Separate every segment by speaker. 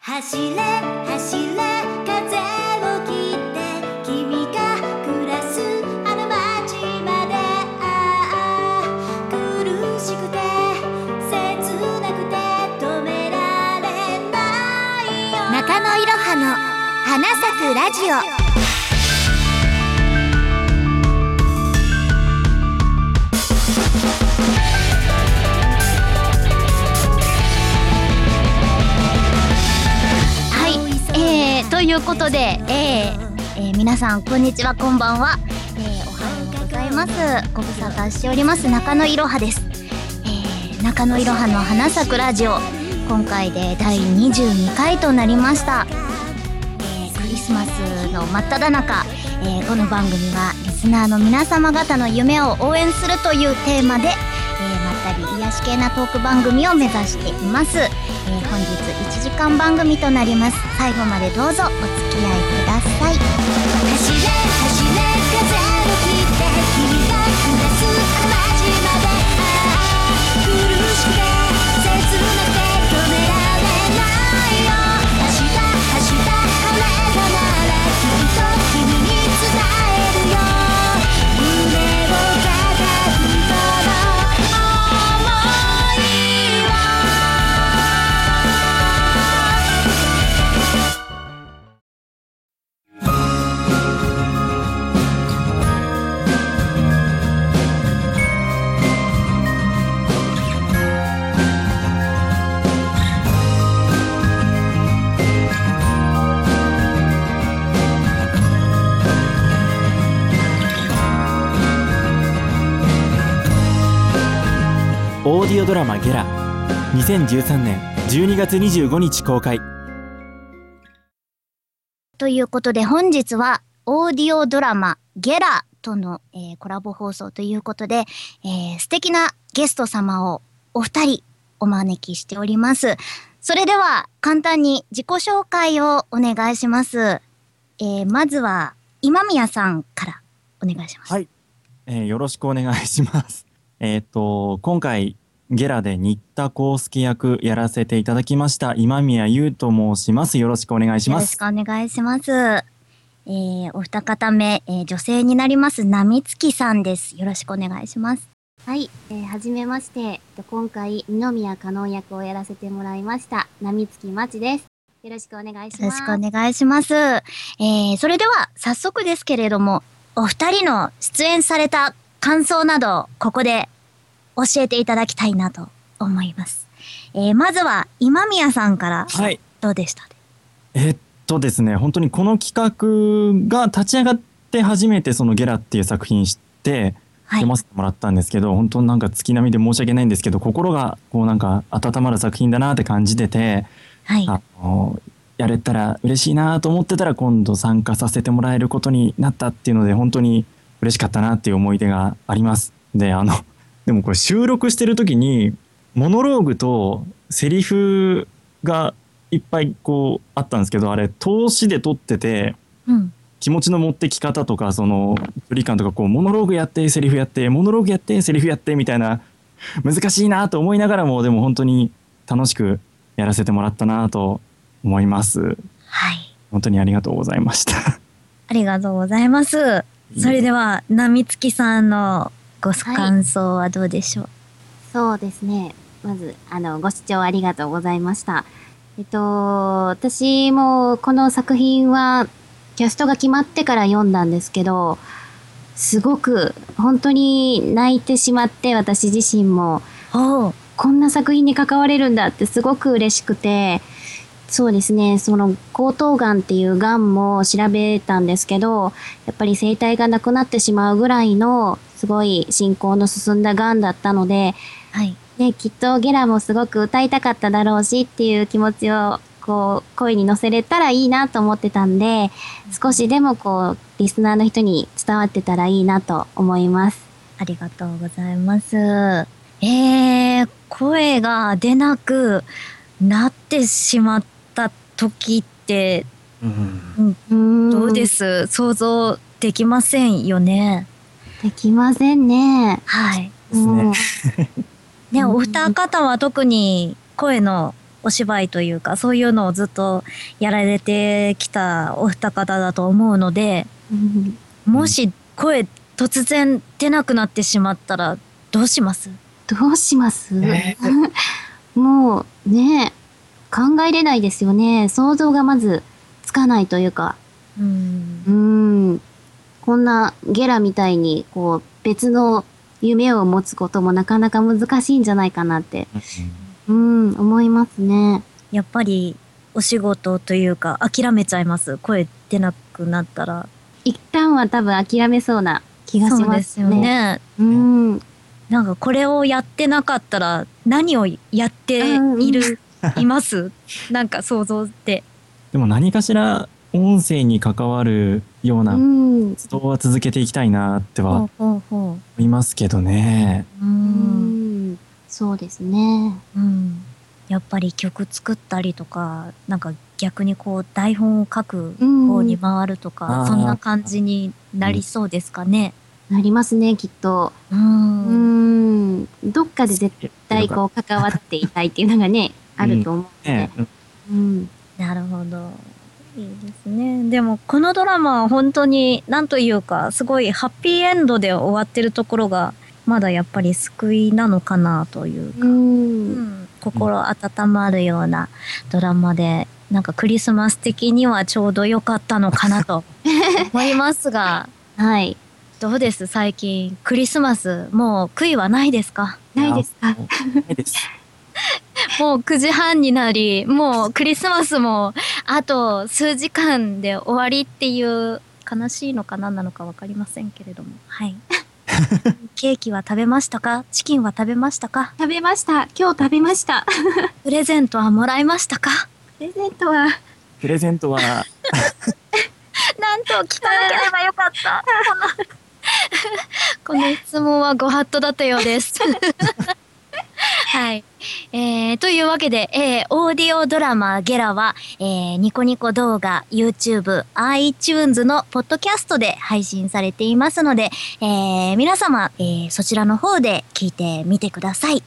Speaker 1: 走れ走れ風を切って君が暮らすあの街までああ苦しくて切なくて止められないよ
Speaker 2: 中野いろはの花咲くラジオはい、えー、ということで、えーえー皆さんこんにちはこんばんは、えーおはようございますご無沙汰しております中野いろはです、えー中野いろはの花咲くラジオ今回で第22回となりました、えークリスマスの真っ只中、えーこの番組はリスナーの皆様方の夢を応援するというテーマで、えーまったり癒し系なトーク番組を目指しています、えー本日1時間番組となります最後までどうぞお付き合いくださ
Speaker 1: 走れ走れ風を切って君が暮
Speaker 2: い
Speaker 1: らすあの街までああ苦しくて切なくて止められないよ明日明日晴れたならきっと君に伝えるよ胸を叩くこの想い
Speaker 3: オーディオドラマ「ゲラ」2013年12月25日公開
Speaker 2: ということで本日はオーディオドラマ「ゲラ」との、えーコラボ放送ということで、えー素敵なゲスト様をお二人お招きしております。それでは簡単に自己紹介をお願いします。えーまずは今宮さんからお願いします。
Speaker 3: はいえーよろしくお願いします。 えーっと、今回、ゲラで新田康介役やらせていただきました、今宮優と申します。よろしくお願いし
Speaker 2: よ
Speaker 3: ま
Speaker 2: ろし
Speaker 3: す。
Speaker 2: くお願いします。えーお二方目、えー女性になります、波月さんです。よろしくお願いします。
Speaker 4: はい、えーはじめまして、えっと今回、二宮加納役をやらせてもらいました、波月まちです。よろしくお願いし
Speaker 2: よろ
Speaker 4: ま
Speaker 2: し
Speaker 4: す。
Speaker 2: くお願いします。えーそれでは早速ですけれども、お二人の出演された感想など、ここで教えていただきたいなと思います。えーまずは今宮さんから
Speaker 3: はい。
Speaker 2: どうでしたで
Speaker 3: えーっとですね、本当にこの企画が立ち上がって初めてそのゲラっていう作品知って、
Speaker 2: はい
Speaker 3: 読ませてもらったんですけど、本当なんか月並みで申し訳ないんですけど、心がこうなんか温まる作品だなって感じてて、
Speaker 2: はい。
Speaker 3: あのやれたら嬉しいなと思ってたら今度参加させてもらえることになったっていうので本当に嬉しかったなっていう思い出があります。であのでもこれ収録してる時にモノローグとセリフがいっぱいこうあったんですけどあれ通しで撮ってて
Speaker 2: うん。
Speaker 3: 気持ちの持ってき方とかその距離感とかこうモノローグやってセリフやってモノローグやってセリフやってみたいな難しいなと思いながらもでも本当に楽しくやらせてもらったなと思います
Speaker 2: はい。
Speaker 3: 本当にありがとうございました
Speaker 2: ありがとうございます。それでは、波月さんのご感想はどうでしょう、
Speaker 4: そうですね。まず、あの、ご視聴ありがとうございました。えっと、私もこの作品は、キャストが決まってから読んだんですけど、すごく、本当に泣いてしまって、私自身も、
Speaker 2: おう
Speaker 4: こんな作品に関われるんだってすごく嬉しくて、そうですね、その、喉頭がんっていうがんも調べたんですけど、やっぱり生体がなくなってしまうぐらいの、すごい進行の進んだがんだったので、
Speaker 2: はい。
Speaker 4: ね、きっとゲラもすごく歌いたかっただろうしっていう気持ちを、こう、声に乗せれたらいいなと思ってたんで、少しでもこう、リスナーの人に伝わってたらいいなと思います。
Speaker 2: ありがとうございます。えー、声が出なくなってしまった時ってど
Speaker 4: ど
Speaker 2: うです、想像できませんよね。
Speaker 4: できませんね。
Speaker 2: はい。
Speaker 3: ですね
Speaker 4: もう
Speaker 2: ね、
Speaker 4: うん
Speaker 2: お二方は特に声のお芝居というかそういうのをずっとやられてきたお二方だと思うので
Speaker 4: うん
Speaker 2: もし声突然出なくなってしまったらどうします
Speaker 4: どうします、
Speaker 3: え
Speaker 4: もうね考えれないですよね想像がまずつかないというか
Speaker 2: うん
Speaker 4: うーんこんなゲラみたいにこう別の夢を持つこともなかなか難しいんじゃないかなってうん思いますね
Speaker 2: やっぱりお仕事というか諦めちゃいます声出なくなったら
Speaker 4: 一旦は多分諦めそうな気がし
Speaker 2: そう
Speaker 4: ま
Speaker 2: ですすよね
Speaker 4: うん
Speaker 2: なんかこれをやってなかったら何をやっている、いますなんか想像って。
Speaker 3: でも何かしら音声に関わるよう
Speaker 4: う
Speaker 3: なん活動は続けていきたいなっては思
Speaker 2: うほうほ
Speaker 3: いますけどね。
Speaker 2: う。う。
Speaker 4: うんんそうですね
Speaker 2: うん。やっぱり曲作ったりとか、なんか逆にこう台本を書く方に回るとか、
Speaker 3: うん
Speaker 2: そんな感じになりそうですかね。
Speaker 4: なりますねきっと
Speaker 2: う。
Speaker 4: うんんどっかで絶対こう関わっていたいっていうのがねあると思うので
Speaker 3: ね、
Speaker 4: うん
Speaker 2: なるほど。いいですね。でもこのドラマは本当に何というか、すごいハッピーエンドで終わってるところが、まだやっぱり救いなのかなというか。
Speaker 4: うん
Speaker 2: うん心温まるようなドラマで、なんかクリスマス的にはちょうど良かったのかなと思いますが、
Speaker 4: はい
Speaker 2: どうです最近クリスマスもう悔いはないですか
Speaker 4: ないですか
Speaker 3: ないです。
Speaker 2: もう9時半になり、もうクリスマスもあと数時間で終わりっていう悲しいのか何なのかわかりませんけれども。はい。ケーキは食べましたかチキンは食べましたか
Speaker 4: 食べました今日食べました
Speaker 2: プレゼントはもらいましたか
Speaker 4: プレゼントは
Speaker 3: プレゼントは
Speaker 2: なんと聞かなければよかった。 このこの質問はご法度だったよう です。はい、えーというわけで、えーオーディオドラマゲラは、えーニコニコ動画、YouTube、iTunes のポッドキャストで配信されていますので、えー皆様、えーそちらの方で聞いてみてください。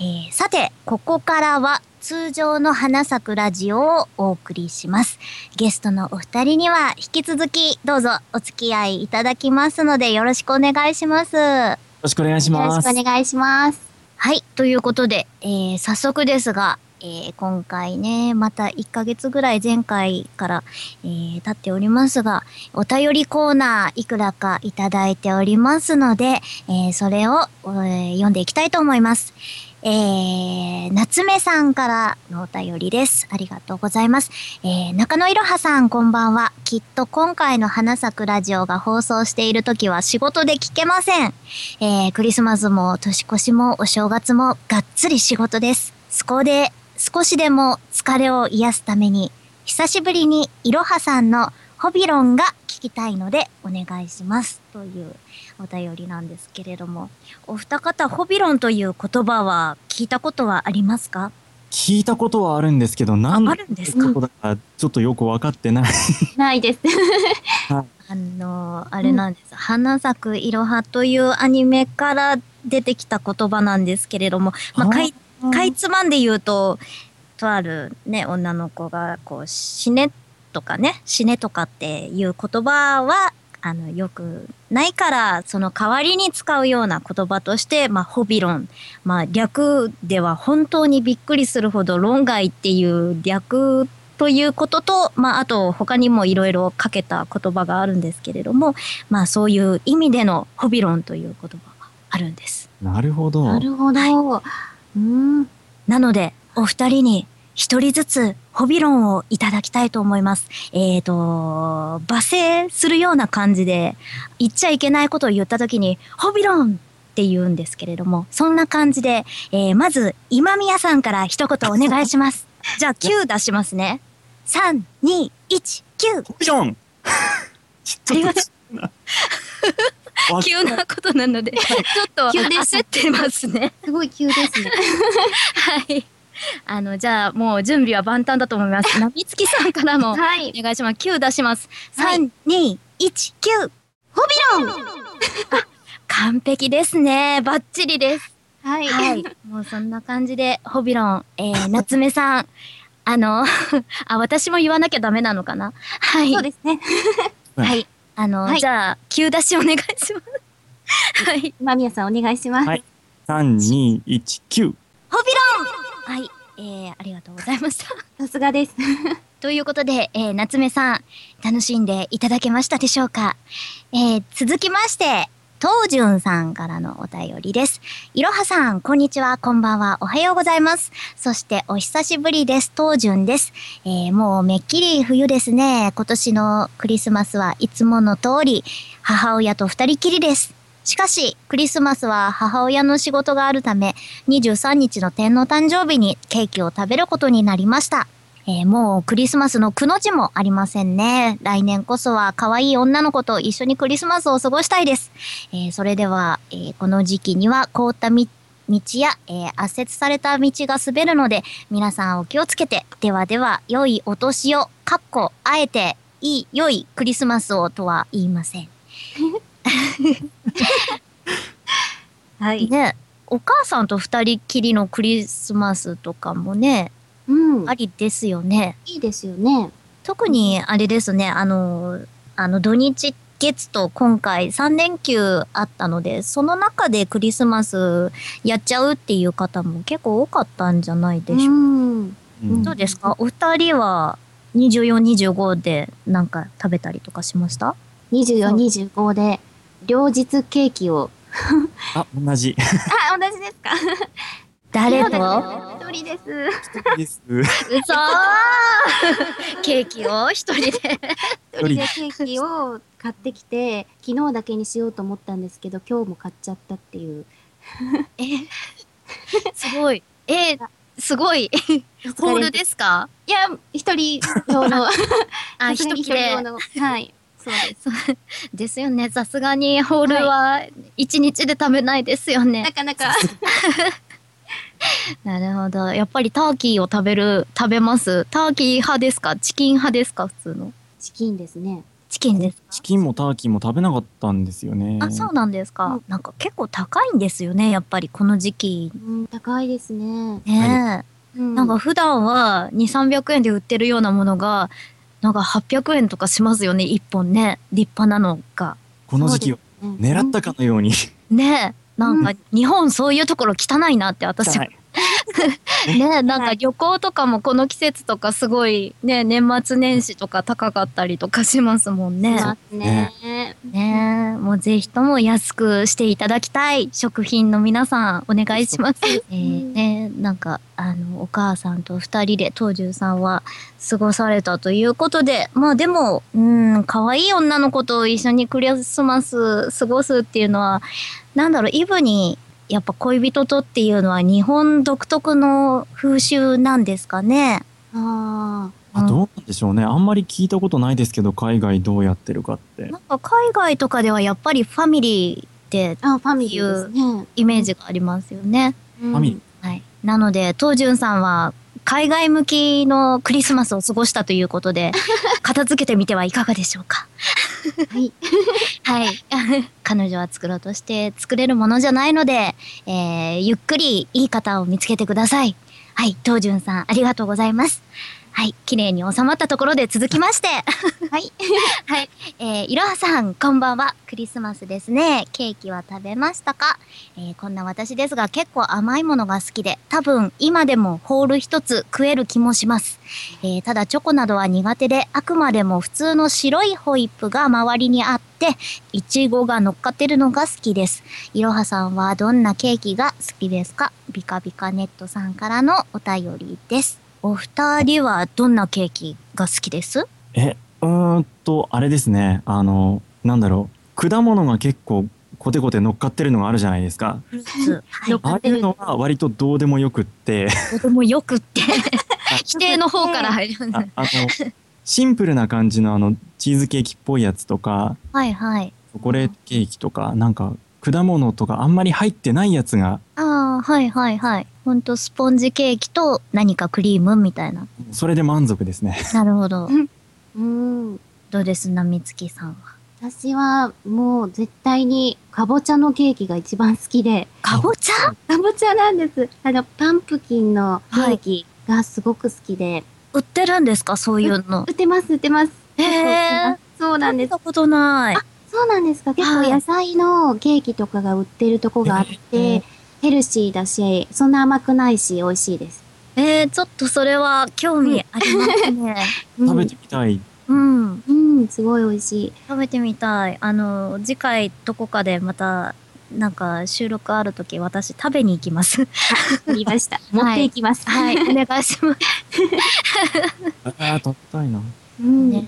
Speaker 2: えーさて、ここからは通常の花咲くラジオをお送りします。ゲストのお二人には引き続きどうぞお付き合いいただきますのでよろしくお願いします。は
Speaker 3: よろしくお願いし
Speaker 4: よ
Speaker 3: ま
Speaker 4: ろ
Speaker 3: す。
Speaker 4: しくお願いします
Speaker 2: い、ということで、えー早速ですが、えー今回ね、また1ヶ月ぐらい前回から、えー経っておりますが、お便りコーナーいくらかいただいておりますので、えーそれを、えー読んでいきたいと思います。えー、夏目さんからのお便りです。ありがとうございます。えー中野いろはさんこんばんは。きっと今回の花咲くラジオが放送している時は仕事で聞けません。えークリスマスも年越しもお正月もがっつり仕事です。そこで少しでも疲れを癒すために、久しぶりにいろはさんのホビロンが聞きたいのでお願いします。というお便りなんですけれども、お二方ホビロンという言葉は聞いたことはありますか
Speaker 3: 聞いたことはあるんですけど、なん
Speaker 2: ああるんですか
Speaker 3: ことだかちょっとよく分かってない。
Speaker 4: ないです
Speaker 2: あのあれなんです。花咲くいろはというアニメから出てきた言葉なんですけれども、まあ、かいかいつまんで言うと、とあるね、女の子が、こう、死ねとかね、死ねとかっていう言葉は、あの、よくないから、その代わりに使うような言葉として、まあ、ホビロン。まあ、略では本当にびっくりするほど論外っていう略ということと、まあ、あと他にもいろいろかけた言葉があるんですけれども、まあ、そういう意味でのホビロンという言葉があるんです。
Speaker 3: なるほど。
Speaker 4: なるほど、うん
Speaker 2: なので、お二人に一人ずつホビロンをいただきたいと思います。えーと、罵声するような感じで、言っちゃいけないことを言った時に、ホビロンって言うんですけれども、そんな感じで、えーまず、今宮さんから一言お願いします。じゃあ、9出しますね。3、2、1、9!
Speaker 3: ホビロン
Speaker 2: ありがと
Speaker 3: わ
Speaker 2: う。急なことなので、ちょっと
Speaker 4: 急です
Speaker 2: 焦ってますね。
Speaker 4: すごい急ですね
Speaker 2: はい。あの、じゃあ、もう準備は万端だと思い ます。なみつきさんからも、
Speaker 4: はい
Speaker 2: お願いします。9出します。
Speaker 4: はい
Speaker 2: 3、2、1、9。ホビロン完璧ですね。バッチリです。
Speaker 4: はい。
Speaker 2: はい。もうそんな感じで、ホビロン、え ー、夏目さん、あの、 あ、私も言わなきゃダメなのかなはい。
Speaker 4: そうですね。
Speaker 2: はい。あの、
Speaker 4: はい
Speaker 2: じゃあ、急出しお願いします。はい。
Speaker 4: 今宮さんお願いします。
Speaker 3: はい三二一九。
Speaker 2: ホビロンはい。えー、ありがとうございました。
Speaker 4: さすがです。
Speaker 2: ということで、えー、夏目さん、楽しんでいただけましたでしょうか、えー、続きまして、東潤さんからのお便りです。いろはさん、こんにちは、こんばんは、おはようございます。そして、お久しぶりです。東潤です。えー、もうめっきり冬ですね。今年のクリスマスはいつもの通り、母親と二人きりです。しかし、クリスマスは母親の仕事があるため、23日の天皇誕生日にケーキを食べることになりました。えーもうクリスマスのくの字もありませんね。来年こそは可愛い女の子と一緒にクリスマスを過ごしたいです。えーそれでは、えーこの時期には凍ったみ道や、えー圧雪された道が滑るので、皆さんお気をつけて、ではでは、良いお年を、かっこ、あえて、いい、良いクリスマスをとは言いません。
Speaker 4: はい。
Speaker 2: ね、お母さんと二人きりのクリスマスとかもね、
Speaker 4: うん。
Speaker 2: ありですよね。
Speaker 4: いいですよね。
Speaker 2: 特にあれですね、あの、あの土日月と今回3連休あったので、その中でクリスマスやっちゃうっていう方も結構多かったんじゃないでしょうか。
Speaker 4: ん。
Speaker 3: うん
Speaker 2: どうですかお二人は24、25でなんか食べたりとかしました
Speaker 4: 24、25で、両日ケーキを。
Speaker 3: あ、同じ。
Speaker 4: あ、同じですか
Speaker 2: 誰と
Speaker 4: そうです一人です。
Speaker 3: です。
Speaker 2: 嘘 ケーキを一人で。
Speaker 4: 一人でケーキを買ってきて、昨日だけにしようと思ったんですけど、今日も買っちゃったっていう。
Speaker 2: すごい。えーすごい。ホールですか
Speaker 4: いや、一人用の。
Speaker 2: あ、
Speaker 4: さ
Speaker 2: 一
Speaker 4: すがに
Speaker 2: 人で。
Speaker 4: の。はい。そうです。
Speaker 2: ですよね。さすがにホールは一日で食べないですよね。
Speaker 4: なかなか。
Speaker 2: なるほど。やっぱりターキーを食べる食べます。ターキー派ですか？チキン派ですか？普通の
Speaker 4: チキンですね。
Speaker 2: チキンです。
Speaker 3: チキンもターキーも食べなかったんですよね。
Speaker 2: あ、そうなんですか。なんか結構高いんですよね。やっぱりこの時期
Speaker 4: うん、高いですね。
Speaker 2: ね。
Speaker 4: うん
Speaker 2: なんか、普段は2、300円で売ってるようなものが。なんか800円とかしますよね一本ね立派なのが
Speaker 3: この時期を
Speaker 4: そうですね
Speaker 3: 狙ったかのように。
Speaker 2: ねなんか日本そういうところ汚いなって私は
Speaker 3: 汚い
Speaker 2: ねなんか旅行とかもこの季節とかすごいね年末年始とか高かったりとかしますもんね
Speaker 4: し。ますね。
Speaker 2: ねもうぜひとも安くしていただきたい食品の皆さんお願いします。えーねなんかあのお母さんと二人で東重さんは過ごされたということでまあでもうん可愛い女の子と一緒にクリスマス過ごすっていうのはなんだろうイブにやっぱ恋人とっていうのは日本独特の風習なんですかね。
Speaker 4: ああ、
Speaker 3: あ、どうなんでしょうね。あんまり聞いたことないですけど、海外どうやってるかって
Speaker 2: な。んか海外とかではやっぱりファミリーって
Speaker 4: あファミリーですね。
Speaker 2: イメージがありますよね。
Speaker 4: フ
Speaker 3: ァミリー
Speaker 2: はい。なので、東潤さんは、海外向きのクリスマスを過ごしたということで、片付けてみてはいかがでしょうか。
Speaker 4: はい。
Speaker 2: はい。彼女は作ろうとして作れるものじゃないので、えー、ゆっくりいい方を見つけてください。はい。東潤さん、ありがとうございます。はい。綺麗に収まったところで続きまして。はい。 はい。えー、いろはさん、こんばんは。クリスマスですね。ケーキは食べましたかえーこんな私ですが結構甘いものが好きで多分今でもホール一つ食える気もします、えーただチョコなどは苦手であくまでも普通の白いホイップが周りにあっていちごが乗っかってるのが好きですいろはさんはどんなケーキが好きですかビカビカネットさんからのお便りですお二人はどんなケーキが好きです
Speaker 3: え、うーんと、あれですね。あの、なんだろう。果物が結構コテコテ乗っかってるのがあるじゃないですか。
Speaker 2: フルーツ、はい、
Speaker 4: 乗っか
Speaker 3: あ
Speaker 4: っ
Speaker 3: あ
Speaker 4: て
Speaker 3: い
Speaker 4: る
Speaker 3: うのは割とどうでもよく って、
Speaker 2: とてもよくって 否定の方から入る
Speaker 3: ああの、シンプルな感じのあの、チーズケーキっぽいやつとか、
Speaker 2: はいはい
Speaker 3: チョコレートケーキとか、なんか、果物とかあんまり入ってないやつが、
Speaker 2: ああ、はいはいはい。ほんとスポンジケーキと何かクリームみたい な。
Speaker 3: それで満足ですね。
Speaker 2: なるほど
Speaker 4: うん。
Speaker 2: どうです、なみつきさんは。
Speaker 4: 私はもう絶対にかぼちゃのケーキが一番好きで、
Speaker 2: かぼちゃ
Speaker 4: かぼちゃなんです。あの、パンプキンのケーキがすごく好きで、
Speaker 2: 売ってるんですかそういうの。
Speaker 4: 売ってます、売ってます。
Speaker 2: へえ。
Speaker 4: そうなんで
Speaker 2: 見
Speaker 4: す。
Speaker 2: たことない。
Speaker 4: そうなんですか。結
Speaker 2: は
Speaker 4: 構
Speaker 2: い
Speaker 4: 野菜のケーキとかが売ってるとこがあって、ヘルシーだし、そんな甘くないし、美味しいです。
Speaker 2: えー、ちょっとそれは興味あります ね。
Speaker 4: うん
Speaker 3: 食べてみたい。
Speaker 2: うん。
Speaker 4: うん、すごい美味しい。
Speaker 2: 食べてみたい。あの、次回どこかでまた、なんか収録あるとき私食べに行きます。
Speaker 4: ありま した。持っていきます。
Speaker 2: はい、お願いします。
Speaker 3: ああ、食べたいな。
Speaker 4: うん
Speaker 2: ね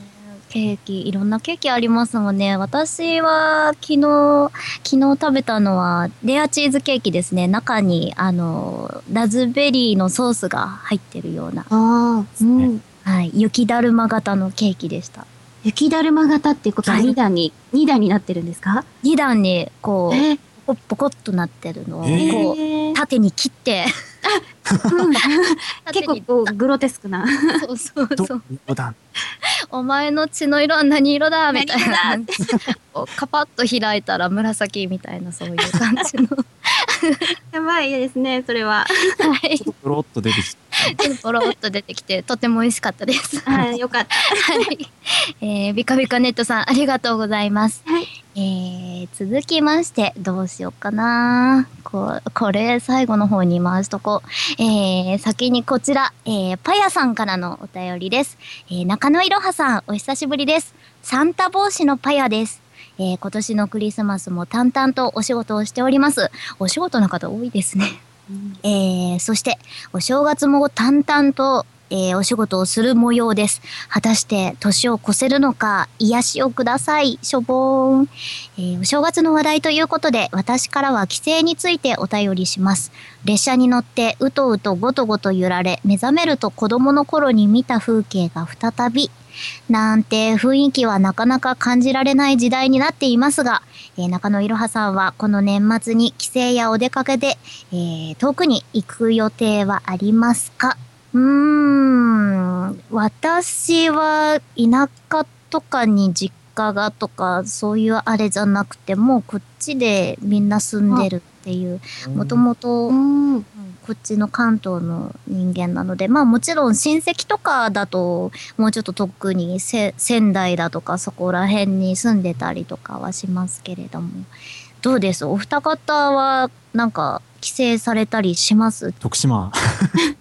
Speaker 2: ケーキ、いろんなケーキありますもんね。私は昨日、昨日食べたのはレアチーズケーキですね。中に、あの、ラズベリーのソースが入ってるような、
Speaker 4: ああ、うん。
Speaker 2: はい、雪だるま型のケーキでした。
Speaker 4: 雪だるま型っていうことは
Speaker 2: はい
Speaker 4: 2段に、二段になってるんですか
Speaker 2: 2段に、こう、
Speaker 4: えー
Speaker 2: ポコポコっとなってるのを、
Speaker 3: えー
Speaker 2: こう、
Speaker 4: えー
Speaker 2: 縦に切って、
Speaker 4: うん
Speaker 2: 縦
Speaker 4: 結構
Speaker 2: に
Speaker 4: こうグロテスクな。
Speaker 2: そうそう
Speaker 3: ど
Speaker 2: そう。、
Speaker 3: ボタン。
Speaker 2: お前の血の色は何色だみたいな
Speaker 4: 何。
Speaker 2: こうカパッと開いたら紫みたいな、そういう感じの。
Speaker 4: やばいですね、それは。
Speaker 2: はい
Speaker 3: ち。ょっとポロっと出てきて。
Speaker 2: ポロっと出てきて、とても美味しかったです。は
Speaker 4: はい、よかった。
Speaker 2: い。えー、ビカビカネットさん、ありがとうございます。
Speaker 4: はい
Speaker 2: えー、続きまして、どうしようかな。ここれ、最後の方に回しとこう。えー、先にこちら、えー、パヤさんからのお便りです。えー、中野いろはさん、お久しぶりです。サンタ帽子のパヤです。えー、今年のクリスマスも淡々とお仕事をしております。お仕事の方多いですね。えー、そして、お正月も淡々と、えーお仕事をする模様です。果たして、年を越せるのか、癒しをください、しょぼーん。えーお正月の話題ということで、私からは帰省についてお便りします。列車に乗って、うとうとごとごと揺られ、目覚めると子供の頃に見た風景が再び、なんて雰囲気はなかなか感じられない時代になっていますが、えー中野いろはさんはこの年末に帰省やお出かけで、えー遠くに行く予定はありますかうーん、私は田舎とかに実家がとかそういうあれじゃなくて、もうこっちでみんな住んでるっていう、もともと
Speaker 4: うん。
Speaker 2: こっちの関東の人間なので、まあもちろん親戚とかだと、もうちょっと遠くにせ仙台だとかそこら辺に住んでたりとかはしますけれども、どうですお二方はなんか帰省されたりします
Speaker 3: 徳島。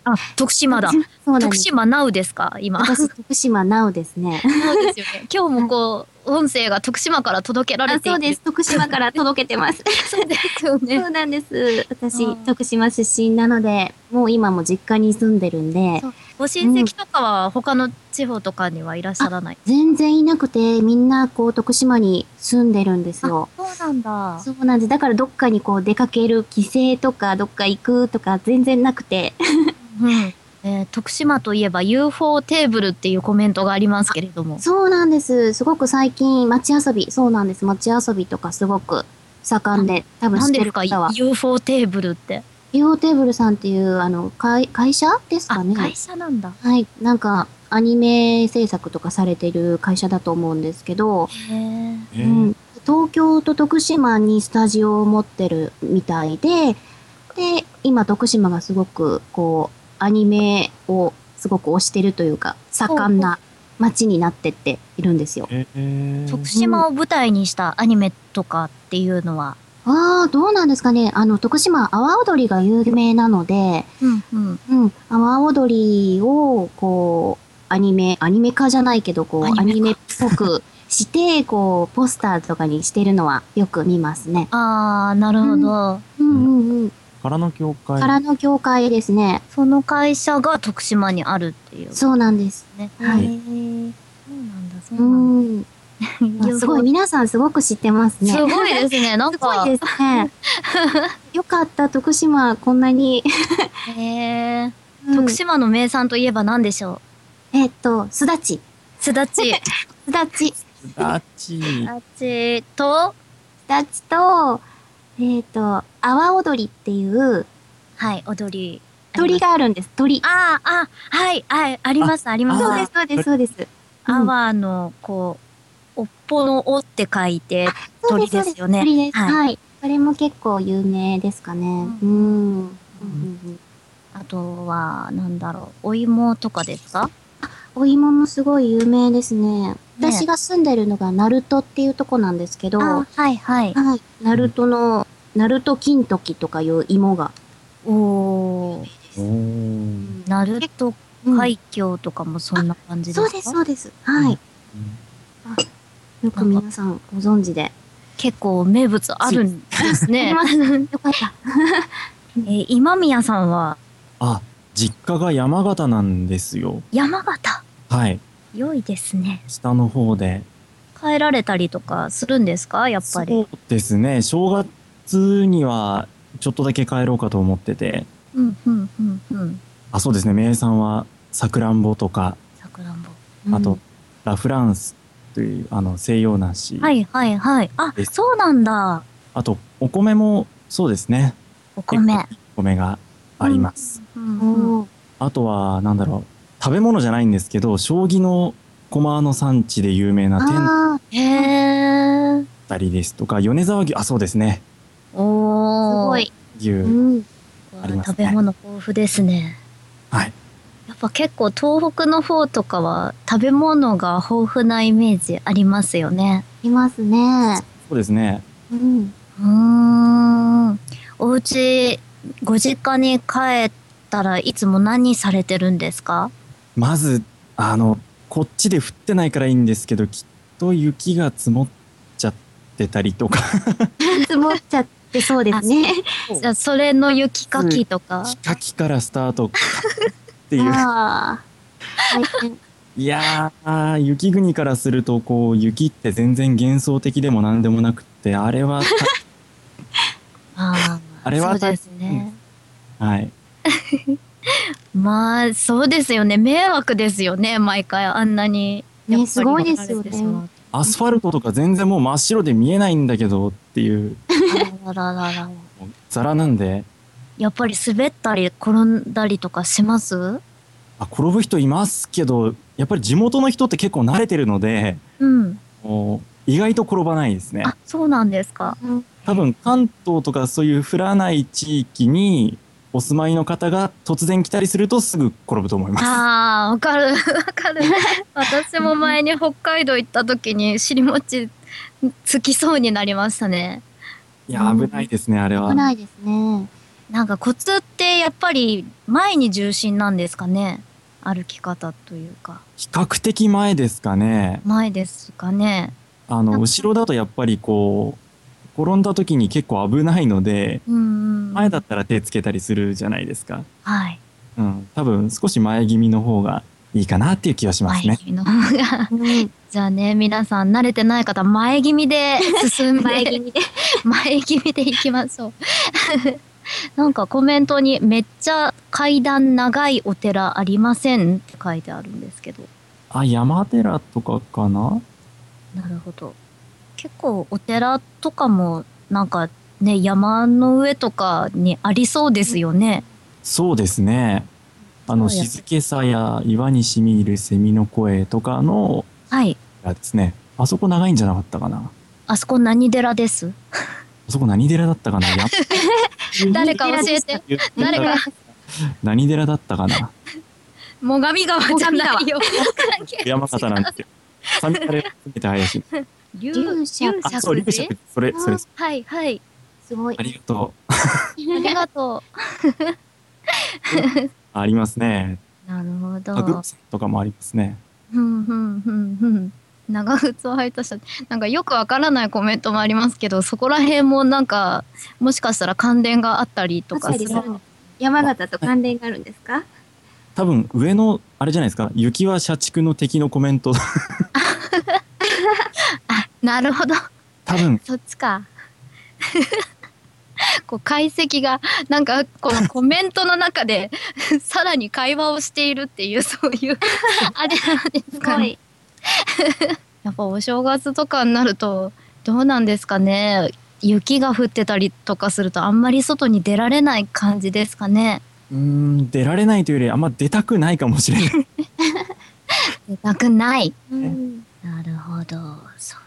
Speaker 2: あ、徳島だ。
Speaker 4: そうなんで
Speaker 2: 徳
Speaker 4: す。
Speaker 2: 島 NOW ですか今。
Speaker 4: 私、徳島なおですね。
Speaker 2: そうですよね。 今日もこう、音声が徳島から届けられ
Speaker 4: あ
Speaker 2: ていて
Speaker 4: そうです。徳島から届けてます。
Speaker 2: そうですよ ね。
Speaker 4: そうなんです。
Speaker 2: う
Speaker 4: 私
Speaker 2: ん、
Speaker 4: 徳島出身なので、もう今も実家に住んでるんで、
Speaker 2: ご親戚とかは他の地方とかにはいらっしゃらない。
Speaker 4: 全然いなくて、みんなこう徳島に住んでるんですよ。
Speaker 2: そうなんだ。
Speaker 4: そうなんです。だからどっかにこう出かける帰省とか、どっか行くとか全然なくて。
Speaker 2: うんえー徳島といえば UFO テーブルっていうコメントがありますけれども。
Speaker 4: そうなんです。すごく最近街遊び、そうなんです。街遊びとかすごく盛んで、多分
Speaker 2: なん
Speaker 4: 知って
Speaker 2: です
Speaker 4: る
Speaker 2: か
Speaker 4: 方は。
Speaker 2: ?UFO テーブルって。
Speaker 4: イオテーブルさんっていう、あの、会会社ですか
Speaker 2: あ、
Speaker 4: ね。
Speaker 2: 会社なんだ。
Speaker 4: はい。なんか、アニメ制作とかされてる会社だと思うんですけど、
Speaker 2: へー
Speaker 3: え
Speaker 4: うん
Speaker 3: ー、
Speaker 4: 東京と徳島にスタジオを持ってるみたいで、で、今徳島がすごく、こう、アニメをすごく推してるというか、盛んな街になってっているんですよ。
Speaker 3: えー
Speaker 2: 徳島を舞台にしたアニメとかっていうのは。
Speaker 4: ああ、どうなんですかね。あの、徳島、阿波踊りが有名なので、
Speaker 2: うんうん。
Speaker 4: うん、阿波踊りを、こう、アニメ、アニメ化じゃないけど、こう、
Speaker 2: ア
Speaker 4: ア
Speaker 2: ニ
Speaker 4: ニ
Speaker 2: メ
Speaker 4: メっぽくして、 こう、ポスターとかにしてるのはよく見ますね。
Speaker 2: あー、なるほど。
Speaker 4: うんうんうん。
Speaker 3: からの教会。
Speaker 4: からの業界ですね。
Speaker 2: その会社が徳島にあるっていう
Speaker 4: そうなんです。
Speaker 2: ね。
Speaker 4: はい
Speaker 2: へーそうなんだ、そうな
Speaker 4: う
Speaker 2: んだ。
Speaker 4: ん。あ
Speaker 2: UFO
Speaker 4: すごい、皆さんすごく知ってますね。
Speaker 2: すごいです ね。なん
Speaker 4: すご
Speaker 2: か。
Speaker 4: いです ね。よかった、徳島、こんなに。
Speaker 2: へー徳島の名産といえば何でしょ
Speaker 4: うんえっと、すだち。
Speaker 2: うすだち。す
Speaker 4: すだち。
Speaker 3: あっち。
Speaker 2: だちと、
Speaker 4: たちと、えっ、と、阿波踊りっていう
Speaker 2: はい、踊り。
Speaker 4: 鳥。があるんです。鳥。
Speaker 2: ああ、あ、はい、はい、あります、あります。
Speaker 4: そうです、そうです、そうです。
Speaker 2: アワーの、こう、おっぽのおって書いて、
Speaker 4: そう
Speaker 2: 鳥ですよね
Speaker 4: 鳥です。
Speaker 2: はい
Speaker 4: はい。これも結構有名ですかね。う。
Speaker 2: うん
Speaker 4: うん
Speaker 2: あとは、なんだろう、お芋とかですか
Speaker 4: お芋もすごい有名ですね。
Speaker 2: ね
Speaker 4: 私が住んでるのが鳴門っていうとこなんですけど、は
Speaker 2: あ、はいはい。
Speaker 4: い。鳴門の、鳴門金時とかいう芋が。
Speaker 2: おー、
Speaker 3: おー
Speaker 2: 鳴門
Speaker 4: うん
Speaker 2: 海峡とかもそんな感じです
Speaker 4: そ
Speaker 2: か、
Speaker 4: うです、そうです。はい。よく皆さんご存知で。
Speaker 2: 結構名物あるんですね。
Speaker 4: ありますよかった。
Speaker 2: えー今宮さんは
Speaker 3: あ実家が山形なんですよ
Speaker 2: 山形。
Speaker 3: はい
Speaker 2: 良いですね。
Speaker 3: 下の方で
Speaker 2: 帰られたりとかするんですかやっぱり。
Speaker 3: そうですね正月にはちょっとだけ帰ろうかと思ってて
Speaker 2: うんうんうんうん。
Speaker 3: あそうですね名産はさくらんぼとか
Speaker 2: さくらんぼ。
Speaker 3: あと、ラ・フランスというあの西洋梨、
Speaker 2: はいはいはい。あ
Speaker 3: で、す
Speaker 2: そうなんだ。
Speaker 3: あとお米もそうですね
Speaker 2: お米。
Speaker 3: お米があります、
Speaker 2: うん
Speaker 4: うん、
Speaker 2: うん
Speaker 4: おー
Speaker 3: あとはなんだろう食べ物じゃないんですけど将棋の駒の産地で有名な天だっ
Speaker 4: あ
Speaker 2: へえ。
Speaker 3: たりですとか米沢牛あそうですね
Speaker 4: あ、す
Speaker 2: お
Speaker 4: ご
Speaker 2: ー。
Speaker 4: い。
Speaker 3: 牛、
Speaker 4: うん。
Speaker 2: うわ
Speaker 3: ありますね
Speaker 2: 食べ物豊富ですね。
Speaker 3: はい
Speaker 2: やっぱ結構東北の方とかは食べ物が豊富なイメージありますよね。
Speaker 4: いますね。
Speaker 3: そうですね
Speaker 4: うん。
Speaker 2: うーん。お家ご実家に帰ったらいつも何されてるんですか
Speaker 3: まずあのこっちで降ってないからいいんですけどきっと雪が積もっちゃってたりとか
Speaker 4: 積もっちゃってそうですね。
Speaker 2: じゃあそれの雪かきとか。
Speaker 3: 火きからスタートっていう
Speaker 4: ああ。大変
Speaker 3: いやー雪国からするとこう雪って全然幻想的でも何でもなくってあれ は
Speaker 2: あー
Speaker 3: あれは
Speaker 2: そうですね。
Speaker 3: はい
Speaker 2: まあそうですよね。迷惑ですよね。毎回あんなに。やっぱ
Speaker 4: ね、
Speaker 2: り
Speaker 4: すごいですよね。
Speaker 2: 乗られて
Speaker 3: アスファルトとか全然もう真っ白で見えないんだけどっていう
Speaker 2: しまうあらららら
Speaker 3: ザラなんで
Speaker 2: やっぱり滑ったり転んだりとかします
Speaker 3: あ転ぶ人いますけどやっぱり地元の人って結構慣れてるので
Speaker 2: うん。
Speaker 3: こう意外と転ばないですね
Speaker 2: あ、そうなんですか。
Speaker 4: うん
Speaker 3: 多分関東とかそういう降らない地域にお住まいの方が突然来たりするとすぐ転ぶと思います。
Speaker 2: ああ、わかる。わかる。私も前に北海道行った時 に尻餅つきそうになりましたね。
Speaker 3: いや危ないですねあれは
Speaker 4: 危。ないですね。
Speaker 2: なんかコツってやっぱり前に重心なんですかね歩き方というか
Speaker 3: 比較的前ですかね。
Speaker 2: 前ですかね
Speaker 3: あの後ろだとやっぱりこう転んだ時に結構危ないので
Speaker 2: うんうん
Speaker 3: 前だったら手つけたりするじゃないですか。
Speaker 2: はい
Speaker 3: うん、多分少し前気味の方がいいかなっていう気がしますね
Speaker 2: 前。気味の 方が
Speaker 4: うん
Speaker 2: じゃあね皆さん慣れてない方前気味 で進んで
Speaker 4: 前気味で。
Speaker 2: 前気味でいきましょう なんかコメントに「めっちゃ階段長いお寺ありません」って書いてあるんですけど
Speaker 3: あ山寺とかかな。
Speaker 2: なるほど。結構お寺とかもなんかね山の上とかにありそうですよね。
Speaker 3: そうですね。あの
Speaker 2: そうや
Speaker 3: 静けさや岩に染み入る蝉の声とかの
Speaker 2: はい。
Speaker 3: あですね。あそこ長いんじゃなかったかな。
Speaker 2: あそこ何寺です。
Speaker 3: あそこ何寺だっ たかな。や
Speaker 2: 誰か教えて。誰か
Speaker 3: 何寺だったかな。
Speaker 2: 最上川じゃないよ。
Speaker 3: 山形なんですよ。三から含めて林。
Speaker 2: 龍
Speaker 4: 龍
Speaker 2: 釈
Speaker 4: 釈
Speaker 2: 龍
Speaker 3: あ、そう、龍
Speaker 2: 釈寺
Speaker 3: 尺。それ、それ、
Speaker 2: はいはい。
Speaker 4: すごい
Speaker 3: あ。りがと
Speaker 2: ありがと
Speaker 3: う。ありますね。
Speaker 2: う。なるほ
Speaker 3: あ、グ
Speaker 2: ど
Speaker 3: ッ。ズとかもありますね。
Speaker 2: ふんふんふんふん。長靴を履いた人なんかよくわからないコメントもありますけどそこら辺もなんかもしかしたら関連があったりとか
Speaker 4: 確かに
Speaker 2: す
Speaker 4: そ
Speaker 2: る
Speaker 4: う山形と関連があるんですか
Speaker 3: 多分上のあれじゃないですか。雪は社畜の敵のコメント。
Speaker 2: あなるほど
Speaker 3: 多分
Speaker 2: そっちか。 こう解析がなんかこのコメントの中で さらに会話をしているっていうそういうあれなんです
Speaker 4: す
Speaker 2: か
Speaker 4: ご
Speaker 2: ね。
Speaker 4: い。
Speaker 2: やっぱお正月とかになるとどうなんですかね雪が降ってたりとかするとあんまり外に出られない感じですかね。
Speaker 3: うーん出られないというよりあんま出た くないかもしれない。
Speaker 2: 出たくない。
Speaker 4: うん
Speaker 2: なるほどそ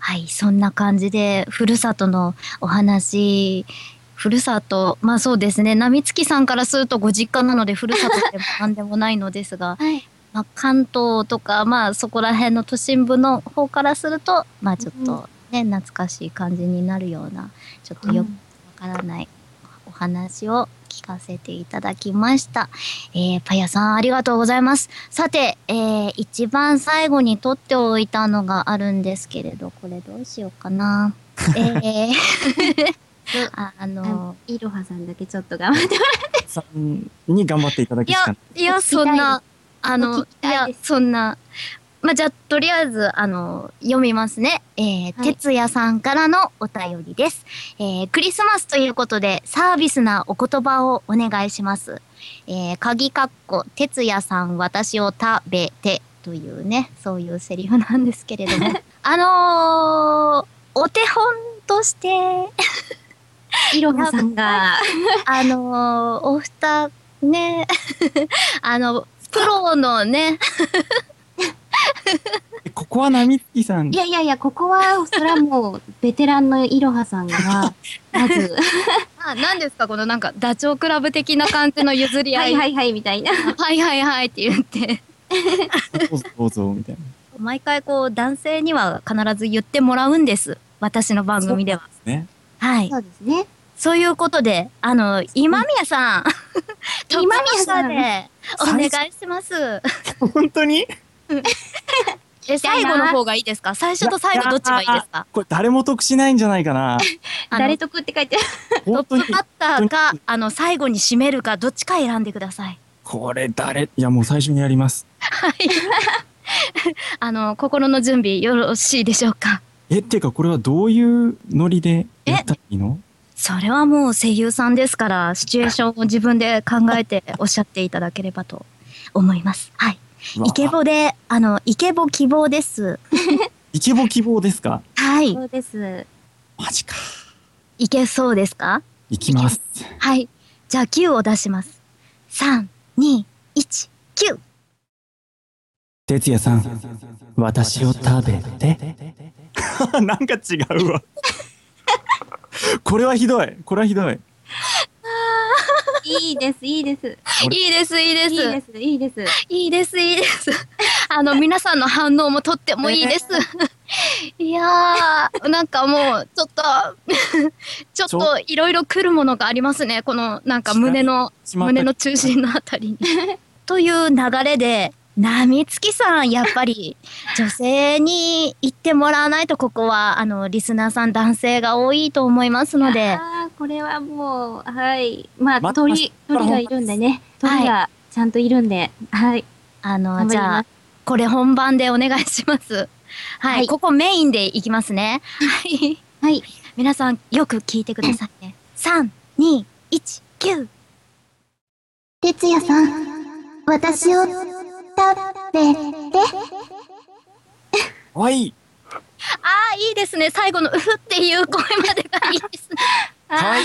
Speaker 2: はい、そんな感じで、ふるさとのお話、ふるさと、まあそうですね、並月さんからするとご実家なので、ふるさとでも何でもないのですが、
Speaker 4: はい
Speaker 2: まあ、関東とか、まあそこら辺の都心部の方からすると、まあちょっとね、懐かしい感じになるような、ちょっとよくわからないお話を聞かせていただきました。えー、パヤさんありがとうございます。さて、えー、一番最後に取っておいたのがあるんですけれど、これどうしようかな。えー、 ああの、
Speaker 4: いろはさんだけちょっと頑張って。
Speaker 3: さんに頑張っていただく
Speaker 2: い
Speaker 3: しか
Speaker 2: や
Speaker 3: ない。、
Speaker 2: いや、そんな、あの、
Speaker 4: 聞
Speaker 2: い
Speaker 4: きたい
Speaker 2: や
Speaker 4: です、
Speaker 2: そんな、まあ、じゃあ、とりあえず、あの、読みますね。えー、
Speaker 4: はい
Speaker 2: 哲也さんからのお便りです。えー、クリスマスということで、サービスなお言葉をお願いします。えー、鍵かっこ、哲也さん、私を食べて、というね、そういうセリフなんですけれど も。あのー、お手本として、
Speaker 4: いろはさんが、
Speaker 2: あのーお二ね あのプロのね
Speaker 3: えここは並木さん
Speaker 4: い。やいやいや、ここは、それはもう、ベテランのいろはさん が、まず、
Speaker 2: あ何ですかこのなんかダチョウ倶楽部的な感じの譲り
Speaker 4: は
Speaker 2: 合い
Speaker 4: い
Speaker 2: は
Speaker 4: はいいはい、みたいな。
Speaker 2: はいはいって言って
Speaker 3: どうぞどうぞみたいな。
Speaker 2: 毎回こう男性には必ず言ってもらうんです私の番組では
Speaker 3: ね。
Speaker 2: はい
Speaker 4: そうですね。
Speaker 2: そういうことであの今宮さん
Speaker 4: 今宮さん
Speaker 2: トップバッターでお願いします
Speaker 3: 本当に
Speaker 2: え最後の方がいいですか最初と最後どっちがいいですか
Speaker 3: これ誰も得しないんじゃないか な。
Speaker 2: あの
Speaker 4: 誰得って書いてある。
Speaker 2: トッ
Speaker 3: 本当に
Speaker 2: プ。バッターかあの最後に締めるかどっちか選んでください
Speaker 3: これ誰いやもう最初にやります。
Speaker 2: あの心の準備よろしいでしょうか
Speaker 3: えっていうかこれはどういうノリでやったらいいの
Speaker 2: それはもう声優さんですからシチュエーションを自分で考えておっしゃっていただければと思いますはいう
Speaker 3: わ
Speaker 2: イケボであのイケボ希望です
Speaker 3: イケボ希望ですか
Speaker 2: はい
Speaker 4: そうです。
Speaker 3: マジか。
Speaker 2: いけそうですか
Speaker 3: いきます。
Speaker 2: はいじゃあ9を出します3219
Speaker 3: 哲也さん、私を食べて。 なんか違うわ。 これはひどい。これはひどい。
Speaker 4: いいです、いいです。
Speaker 3: 俺
Speaker 2: いいですいいで
Speaker 4: いいですす、いいです。
Speaker 2: いいですいいです あの皆さんの反応もとってもいいです いやーなんかもうちょっと ちょっといろいろ来るものがありますねこのなんか胸の
Speaker 3: しまった
Speaker 2: 胸の中心のあたりに。 という流れで波月さんやっぱり 女性に行ってもらわないとここはあのリスナーさん男性が多いと思いますので
Speaker 4: ああ、これはもう、はい。まあ、
Speaker 3: ま
Speaker 4: 鳥、
Speaker 3: ま
Speaker 4: 鳥がいるんでね。
Speaker 2: はい
Speaker 4: 鳥がちゃんといるんで、はい。
Speaker 2: あの
Speaker 4: 頑張
Speaker 2: じ
Speaker 4: り
Speaker 2: ゃ
Speaker 4: ま
Speaker 2: あこれ本番でお願いします。はい、
Speaker 4: はい
Speaker 2: ここメインでいきますね。はい、
Speaker 4: はい。
Speaker 2: 皆さんよく聞いてくださいね。三、二、一、九。
Speaker 1: 哲也さん、私を食べて。
Speaker 3: かわいい。
Speaker 2: ああ、いいですね。最後のうふっていう声までがいいですね。
Speaker 3: かわいい。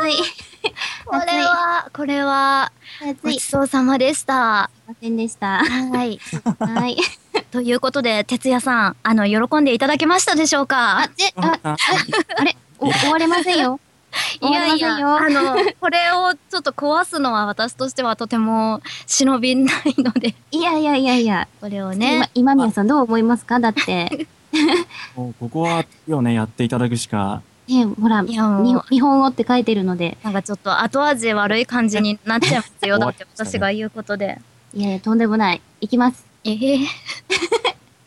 Speaker 4: 暑い。すい
Speaker 2: これは、これは、ごちそうさまでした。
Speaker 4: ませんでした。
Speaker 2: はい。
Speaker 4: はい。
Speaker 2: ということで、哲也さん、あの、喜んでいただけましたでしょうか
Speaker 4: え、あ、あれ、お終われません よ。終われませんよ。
Speaker 2: あの、これをちょっと壊すのは私としてはとても忍びないので、
Speaker 4: いやいやいやいや。
Speaker 2: これを
Speaker 4: 今
Speaker 2: ね、
Speaker 4: 今宮さんどう思いますかだって、
Speaker 3: もうここは、よね、やっていただくしか。
Speaker 4: ね、ほら、
Speaker 2: い
Speaker 4: 日
Speaker 2: やもう
Speaker 4: 本日本語って書いてるので、
Speaker 2: なんかちょっと後味悪い感じになっちゃいますよ。だって私が言うことで。
Speaker 4: いやいや、とんでもない。いきます。
Speaker 2: ええ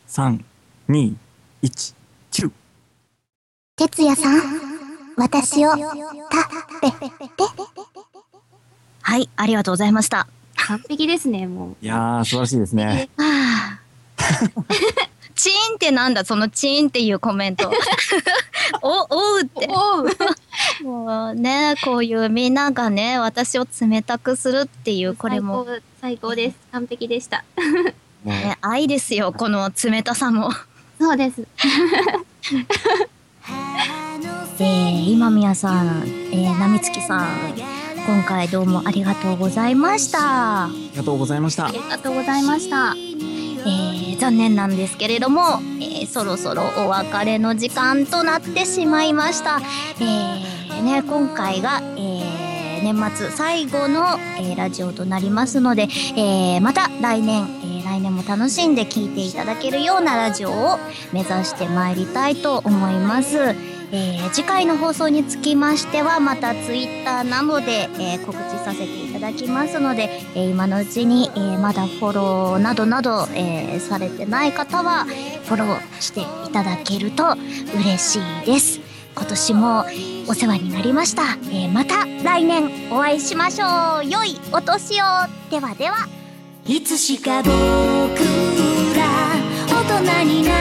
Speaker 3: 3、2、1、9。
Speaker 1: 哲也さん、私を食べて。
Speaker 2: はい、ありがとうございました。
Speaker 4: 完璧ですね、もう。
Speaker 3: いやー、素晴らしいですね。
Speaker 2: はあ チーンってなんだそのチーンっていうコメン ト。お、おうって。
Speaker 4: おう
Speaker 2: もうね、こういうみんながね、私を冷たくするっていう、これも、
Speaker 4: 最高最高です。完璧でした。
Speaker 3: もう、
Speaker 2: ね、愛ですよ、この冷たさも。
Speaker 4: そうです。
Speaker 2: えー、今宮さん、えー、並月さん、今回どうもありがとうございました。
Speaker 3: ありがとうございました。
Speaker 4: ありがとうございました。
Speaker 2: ええー残念なんですけれども、えーそろそろお別れの時間となってしまいました。えーね、今回が、えー年末最後の、えーラジオとなりますので、えーまた来年、えー来年も楽しんで聴いていただけるようなラジオを目指してまいりたいと思います。えー次回の放送につきましてはまたツイッターなどで、えー告知させていただきますので、えー今のうちに、えーまだフォローなどなど、えーされてない方はフォローしていただけると嬉しいです今年もお世話になりました、えーまた来年お会いしましょう良いお年をではではい
Speaker 1: つしか僕ら大人にな